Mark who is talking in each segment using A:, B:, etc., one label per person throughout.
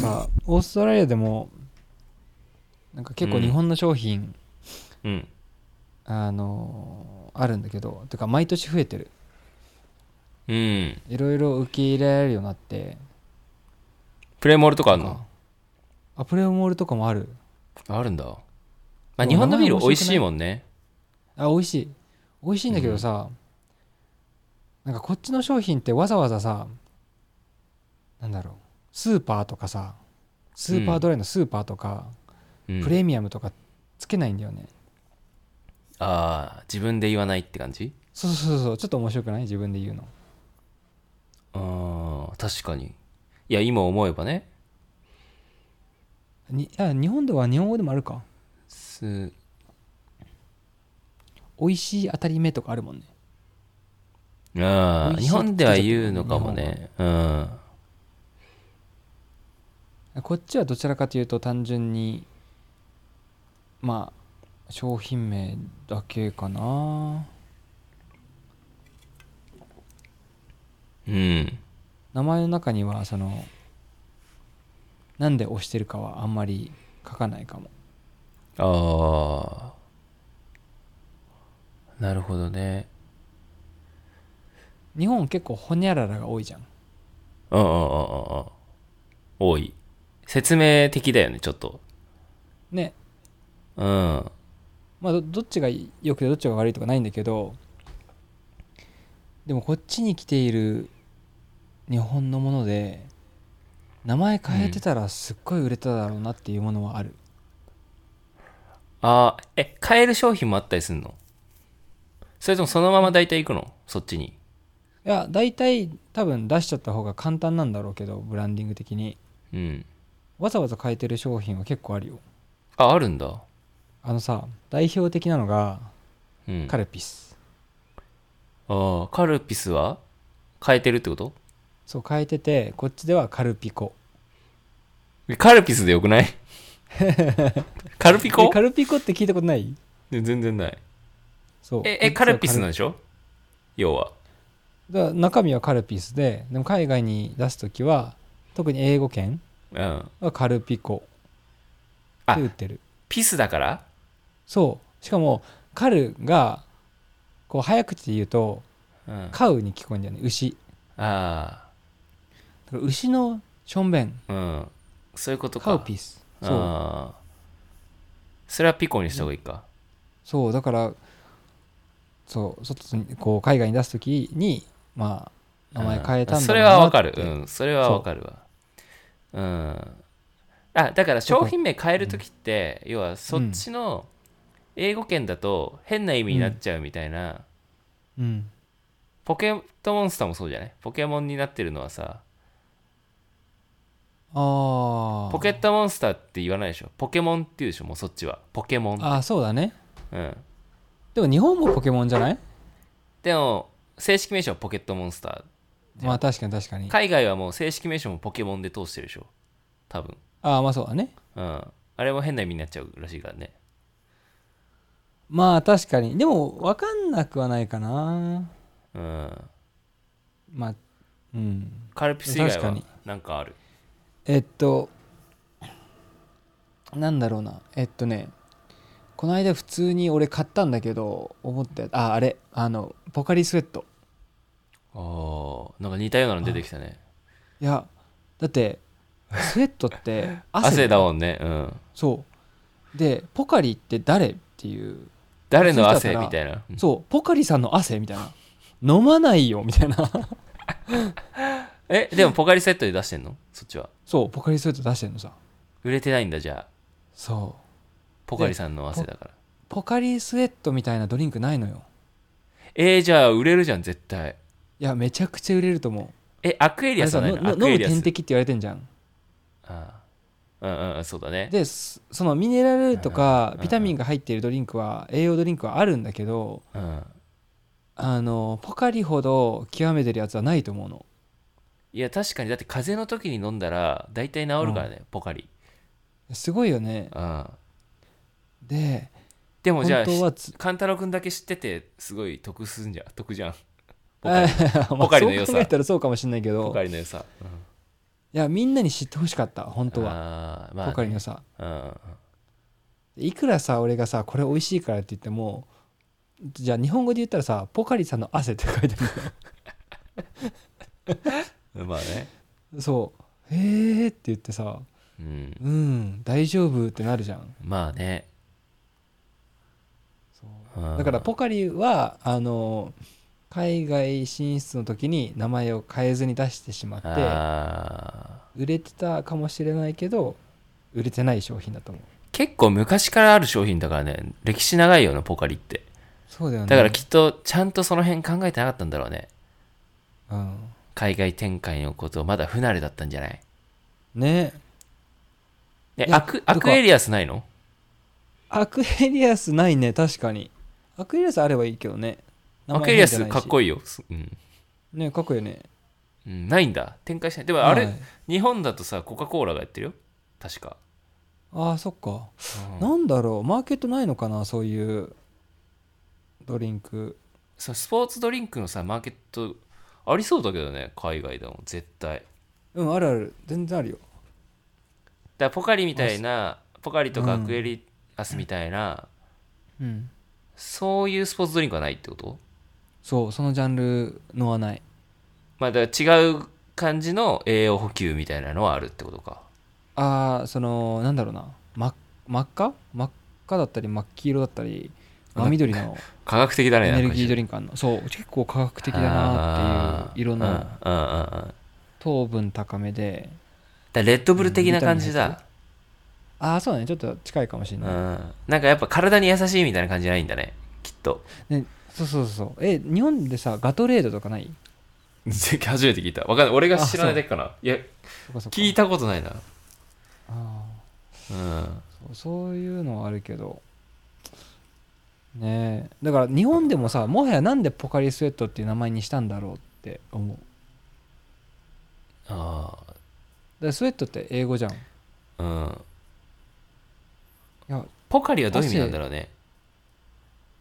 A: かオーストラリアでもなんか結構
B: うん
A: 日本の商品、
B: うん
A: あのあるんだけどてか毎年増えてる
B: うん
A: いろいろ受け入れられるようになって
B: プレモールとかある
A: なん
B: の
A: かあプレモールとかもある
B: あるんだ、まあ、
A: うわ
B: 日本のビール
A: 名前面白くない
B: 美味しいもんね
A: あ美味しい美味しいんだけどさ、なんかこっちの商品ってわざわざさなんだろうスーパーとかさスーパードライのスーパーとか、
B: うん
A: プレミアムとかつけないんだよね、
B: ああ自分で言わないって感じ
A: そうそうそうそうちょっと面白くない自分で言うの
B: ああ確かにいや今思えばね
A: にあ日本では日本語でもあるか
B: す
A: 美味しい当たり目とかあるもんね
B: あ
A: 美
B: あ
A: 味しい
B: 日本では言うのかもねうん
A: こっちはどちらかというと単純にまあ商品名だけかな
B: うん
A: 名前の中にはそのなんで押してるかはあんまり書かないかも
B: ああなるほどね
A: 日本結構ほにゃららが多いじゃん
B: うんうんうんうんうん多い説明的だよねちょっと
A: ね
B: うん
A: まあどどっちが良くてどっちが悪いとかないんだけどでもこっちに来ている日本のもので名前変えてたらすっごい売れただろうなっていうものはある、
B: ああえ買える商品もあったりすんのそれともそのまま大体行くのそっちに
A: いや大体多分出しちゃった方が簡単なんだろうけどブランディング的に
B: うん
A: わざわざ変えてる商品は結構あるよ
B: ああるんだ
A: あのさ代表的なのが
B: うん
A: カルピス、
B: ああカルピスは変えてるってこと
A: そう変えててこっちではカルピコ
B: カルピスでよ くないカルピ
A: え
B: コ
A: カルピコって聞いたことない
B: 全然ない
A: そう
B: ええ
A: こっち
B: カ
A: は
B: ルピスなんでしょ要は
A: だから中身はカルピスででも海外に出す時は特に英語圏
B: うん
A: はカルピコ
B: あ
A: で売ってる
B: ピスだから
A: そうしかもカルがこう早口で言うと
B: うん
A: カウに聞こえるんだよね牛
B: あ
A: だから牛のしょんべん
B: あうんそういうことか
A: カウピスそう
B: ああそれはピコにした方がいいか
A: そうだからそう外にこう海外に出す時にまあ名前変えたんだろうなって
B: うんそれはわかるうんそれはわかるわうんあだから商品名変える時って要はそっちの英語圏だと変な意味になっちゃうみたいな、
A: うん
B: ポケットモンスターもそうじゃないポケモンになってるのはさ
A: ああ
B: ポケットモンスターって言わないでしょポケモンって言うでしょもうそっちはポケモン
A: ああそうだね
B: うん
A: でも日本もポケモンじゃない
B: でも正式名称はポケットモンスタ
A: まあ確かに確か
B: ー
A: に
B: 海外はもう正式名称もポケモンで通してるでしょ多分
A: ああまあそうだね
B: うんあれも変な意味になっちゃうらしいからね
A: まあ確かにでも分かんなくはないかな
B: うん
A: まあうん
B: カルピス以外
A: 確か
B: は
A: に
B: なんかある
A: えっとなんだろうなえっとねこの間普通に俺買ったんだけど思ったやつああれあのポカリスエット
B: あーなんか似たようなの出てきたね
A: いやだってスウェットって
B: 汗
A: 汗
B: だもんねうん
A: そうでポカリって誰っていう
B: 誰の汗
A: 気づいたから
B: みたいなうん
A: そうポカリさんの汗みたいな飲まないよみたいな
B: えでもポカリセットで出してんのそっちは
A: そうポカリスエット出してんのさ
B: 売れてないんだじゃあ
A: そう
B: ポカリさんの汗だから
A: ポカリスエットみたいなドリンクないのよ
B: えー、じゃあ売れるじゃん絶対
A: いやめちゃくちゃ売れると思
B: えアクエ
A: う
B: リアスは
A: あ
B: ない
A: れさ
B: の
A: の
B: ア
A: の飲
B: クエ
A: む
B: リアス
A: 点滴って言われてんじゃん
B: あーうんうんそうだね
A: ですそのミネラルと
B: うんうんうん
A: か
B: うん
A: ビタミンが入っているドリンクは栄養ドリンクはあるんだけど
B: うん
A: あのポカリほど極めてるやつはないと思うの
B: いや確かにだって風邪の時に飲んだら大体治るからね、ポカリ
A: すごいよね
B: うん
A: で
B: でも
A: 本
B: じゃあ
A: 当はつ
B: 勘太郎くんだけ知っててすごい得すんじゃん得じゃんポカリ
A: えーまあ
B: ポカリの良
A: そ
B: さ
A: う考えたらそうかもしれないけ
B: ポ
A: ど
B: カリの良さ、
A: いやみんなに知ってほしかった本当は
B: はまあ、ね、
A: ポカリのさ
B: うん
A: いくらさ俺がさこれ美味しいからって言ってもじゃあ日本語で言ったらさポカリさんの汗って書いてあ
B: うんまあね
A: るそうへえって言ってさ
B: うん
A: うん大丈夫ってなるじゃん
B: まあねうん
A: だからポカリはあの海外進出の時に名前を変えずに出してしまって
B: あ
A: 売れてたかもしれないけど売れてない商品だと思う
B: ー結構昔からある商品だからね歴史長いよなポカリって
A: そうだよね
B: だからきっとちゃんとその辺考えてなかったんだろうね
A: うん、
B: 海外展開のことまだ不慣れだったんじゃない
A: ね
B: え
A: いや
B: アク
A: か
B: アクエリアスないの
A: アクエリアスないね確かにアクエリアスあればいいけどね
B: アクエリアスかっ
A: い
B: こいいよ、すうん
A: いねかっこいいよね
B: うん、ないんだ展開しないでもあれ、
A: はい
B: 日本だとさコカ・コーラがやってるよ確か、
A: あーそっか、
B: うん
A: なんだろうマーケットないのかなそういうドリンク
B: そうスポーツドリンクのさマーケットありそうだけどね海外だもん絶対だか
A: うんあるある全然あるよ
B: らポカリみたいなポカリと
A: う
B: かア
A: ん
B: クエリアスみたいな、
A: うん
B: そういうスポーツドリンクはないってこと
A: そうそのジャンルのはない
B: まあだから違う感じの栄養補給みたいなのはあるってことか
A: ああそのなんだろうな真真っ赤真っ赤だったり真っ黄色だったり真緑の
B: 科学的だね
A: エネルギード
B: リン
A: リンク
B: ク
A: あんのそう結構科学的だなっていう色の
B: うんうんうんうんだか
A: 糖分高めで
B: らレッドブル的な感じ
A: うんビ
B: だ、
A: ああそうだねちょっと近いかもしれ
B: うん
A: ない、
B: なんかやっぱ体に優しいみたいな感じじゃないんだねきっと
A: ね、そうそうそうえ日本でさガトレードとかない
B: 初めて聞いたわかんない俺が知らないだけかないや
A: そっかそっか
B: 聞いたことないな
A: あ
B: うん
A: ーそうそういうのはあるけどねえだから日本でもさもはやなんでポカリスエットっていう名前にしたんだろうって思う
B: あ
A: だからスウェットって英語じゃんい
B: あうん
A: や
B: ポカリはどういう意味なんだろうね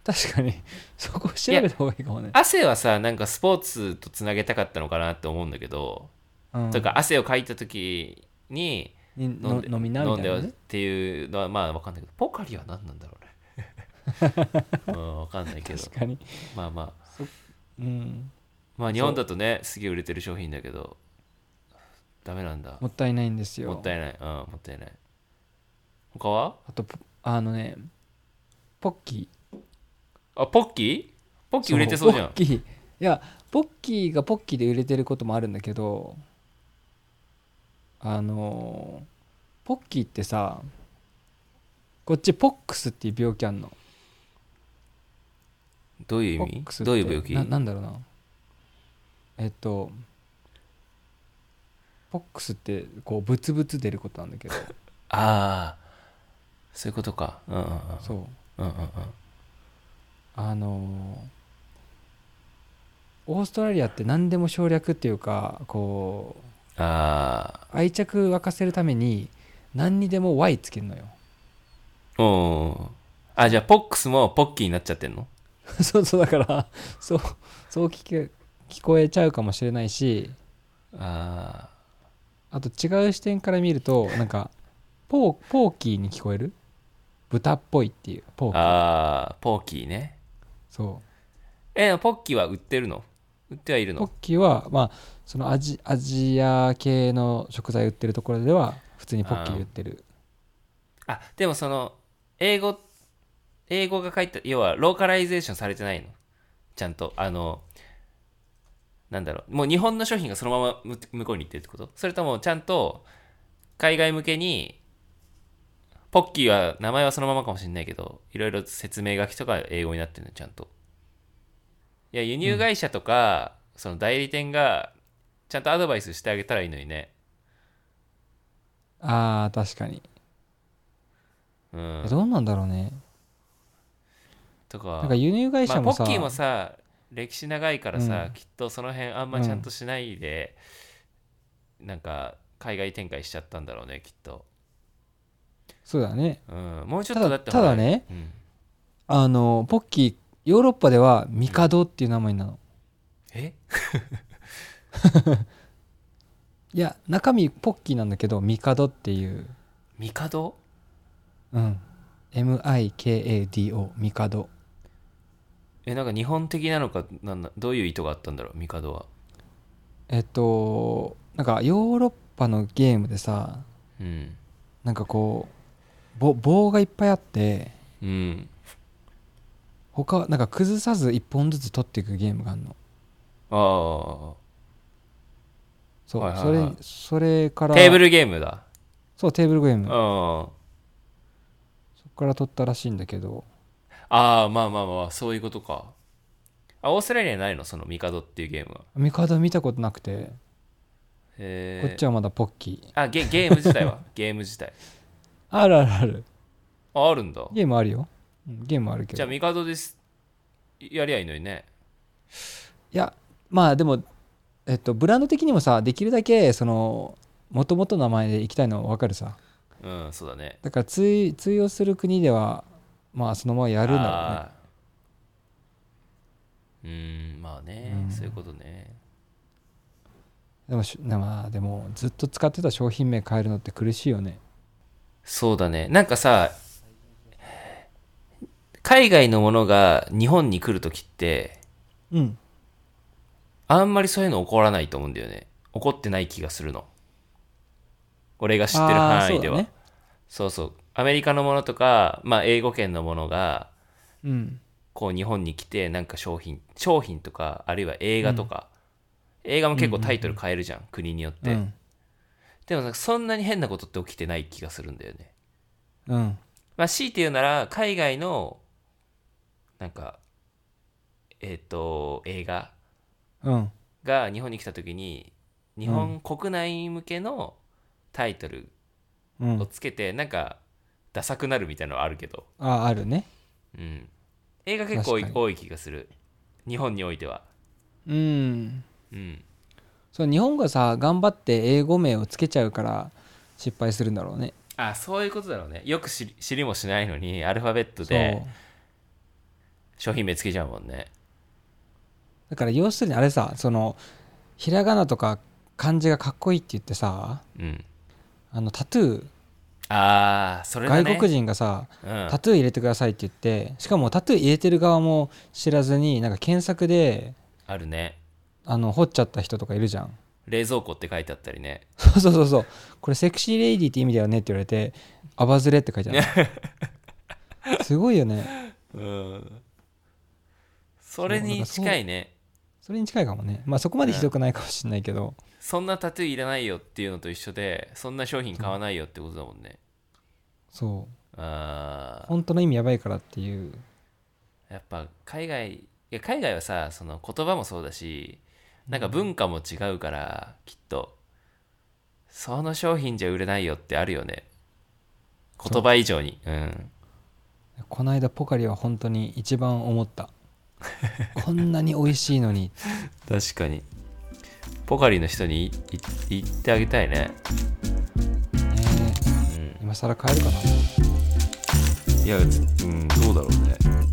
A: 確かに そこ調べた方がいいかもね
B: 汗はさなんかスポーツとつなげたかったのかなって思うんだけど、
A: うん
B: とか汗をかいた時に
A: に
B: 飲ん
A: の
B: で
A: 飲みなみたい
B: 飲
A: なん
B: で
A: ね
B: っていうのはまあ分かんないけどポカリは何なんだ ろうね、うん、分かんないけど
A: 確かに
B: まあまあ
A: うん
B: まあ日本だとねすげえ売れてる商品だけどダメなんだ
A: もったいないんですよ
B: もったいないうんもったいない他は
A: あとポあのねポッキー
B: あポッキーポッキー売れてそうじゃん
A: ポッキーいやポッキーがポッキーで売れてることもあるんだけどあのーポッキーってさこっちポックスっていう病気あんの
B: どういう意
A: ポ
B: 味
A: ックスって
B: どういう病気
A: ななんだろうなえっとポックスってこうブツブツ出ることなんだけど
B: ああそういうことかうんうんうん
A: そう
B: うんうん
A: あのーオーストラリアって何でも省略っていうかこう
B: うんあ
A: 愛着沸かせるために何にでも Y つけるのよ
B: あおーあじゃあポックスもポッキーになっちゃってんの
A: そうそうだからそうそう聞け聞こえちゃうかもしれないし
B: あ
A: あと違う視点から見るとなんかポーポーキーに聞こえる豚っぽいっていうポ
B: ー
A: ーキー
B: あーポーキーね
A: そ
B: えポッキーは売ってるの売ってはいる
A: うポッ
B: の
A: キーはまあそのアジアジア系の食材売ってるところでは普通にポッキー売ってる
B: あでもその英語英語が書いて要はローカライゼーションされてないのちゃんとあのなんだろうもう日本の商品がそのままむ向こうに行ってるってことそれともちゃんと海外向けにポッキーは名前はそのままかもしれないけどいろいろ説明書きとか英語になってるのちゃんといや輸入会社とか、その代理店がちゃんとアドバイスしてあげたらいいのにね
A: あー確かに
B: うん
A: どうなんだろうね
B: と
A: なんか輸入会社も
B: ま
A: さ
B: あ、ポッキーもさ歴史長いからさ、
A: うん
B: きっとその辺あんまちゃんとしないで、なんか海外展開しちゃったんだろうねきっと、
A: そうだね
B: うん、もうちょったと
A: だ
B: だって
A: ただ、ね
B: ほらうん
A: あのポッキーヨーロッパではミカドっていう名前なの
B: え
A: いや中身ポッキーなんだけど帝っていう、
B: ミカド
A: うん、MIKADO 帝
B: えなんか日本的なのかなんだどういう意図があったんだろうミカドは
A: えっとなんかヨーロッパのゲームでさ
B: うん
A: なんかこうぼ棒がいっぱいあって
B: うん
A: 他なんか崩さず一本ずつ取っていくゲームがあるの
B: あ
A: そう、
B: はいはいはい
A: それそれか
B: あ
A: ら
B: テーブルゲームだ
A: そうテーブルゲーム
B: あ
A: そこから取ったらしいんだけど
B: あーまあまあまあそういうことかあオーストラリアにないのそのミカドっていうゲームは
A: 帝見たことなくて、
B: へ
A: こっちはまだポッキー
B: はあゲゲーム自体はゲーム自体
A: あるあるある
B: ああるんだ
A: ゲームあるようんゲームあるけ
B: じゃ
A: ど
B: あミカドですやりゃいいのにね
A: いやまあでもえっとブランド的にもさできるだけその元々の名前で行きたいのは分かるさ
B: うんそうだね
A: だから通通用する国ではまあそのままやるんだろうね
B: あーうーんまあね、
A: うん
B: そういうことね
A: でもしまあでもずっと使ってた商品名変えるのって苦しいよね
B: そうだねなんかさ海外のものが日本に来るときって
A: うん
B: あんまりそういうの起こらないと思うんだよね起こってない気がするの俺が知ってる
A: あー
B: 範囲では
A: そ
B: そうう,、
A: だね
B: そうアメリカのものとか、まあ、英語圏のものが
A: うん
B: こう日本に来てなんか商品商品とかあるいは映画とか、映画も結構タイトル変えるじゃん、国によって、
A: うん
B: でもなんかそんなに変なことって起きてない気がするんだよね
A: うん
B: まあ、強いて言うなら海外のなんかえっ、と映画
A: うん
B: が日本に来た時に日本国内向けのタイトル
A: うん
B: をつけて、なんかダサくなるみたいなのはあるけど、
A: ああるね
B: うん、映画結構多い
A: 確か
B: 多い気がする日本においては、
A: うん
B: うん、
A: そう日本がさ頑張って英語名をつけちゃうから失敗するんだろうね
B: あそういうことだろうねよく知り知りもしないのにアルファベット
A: そう
B: で商品名つけちゃうもんね
A: だから要するにあれさそのひらがなとか漢字がかっこいいって言ってさ
B: うん
A: あのタトゥー、
B: ああそれだね
A: 外国人がさ
B: うん
A: タトゥー入れてくださいって言ってしかもタトゥー入れてる側も知らずになんか検索で
B: あるね
A: あの掘っちゃった人とかいるじゃん
B: 冷蔵庫って書いてあったりね
A: そうそうそうそうこれセクシーレイディーって意味だよねって言われて「アバズレ」って書いてあ るすごいよね
B: うんそれに近いね
A: それに近いかもねまあそこまでひどくないかもしれないけど
B: そんなタトゥーいらないよっていうのと一緒でそんな商品買わないよってことだもんね
A: そう
B: あー
A: 本当の意味やばいからっていう
B: やっぱ海外いや海外はさその言葉もそうだしなんか文化も違うからきっとその商品じゃ売れないよってあるよね言葉以上にうん
A: この間ポカリは本当に一番思った こんなに美味しいのに
B: 確かにポカリの人にいい言ってあげたいね
A: ね
B: うん
A: 今更買えるかない
B: や、うん、どうだろうね。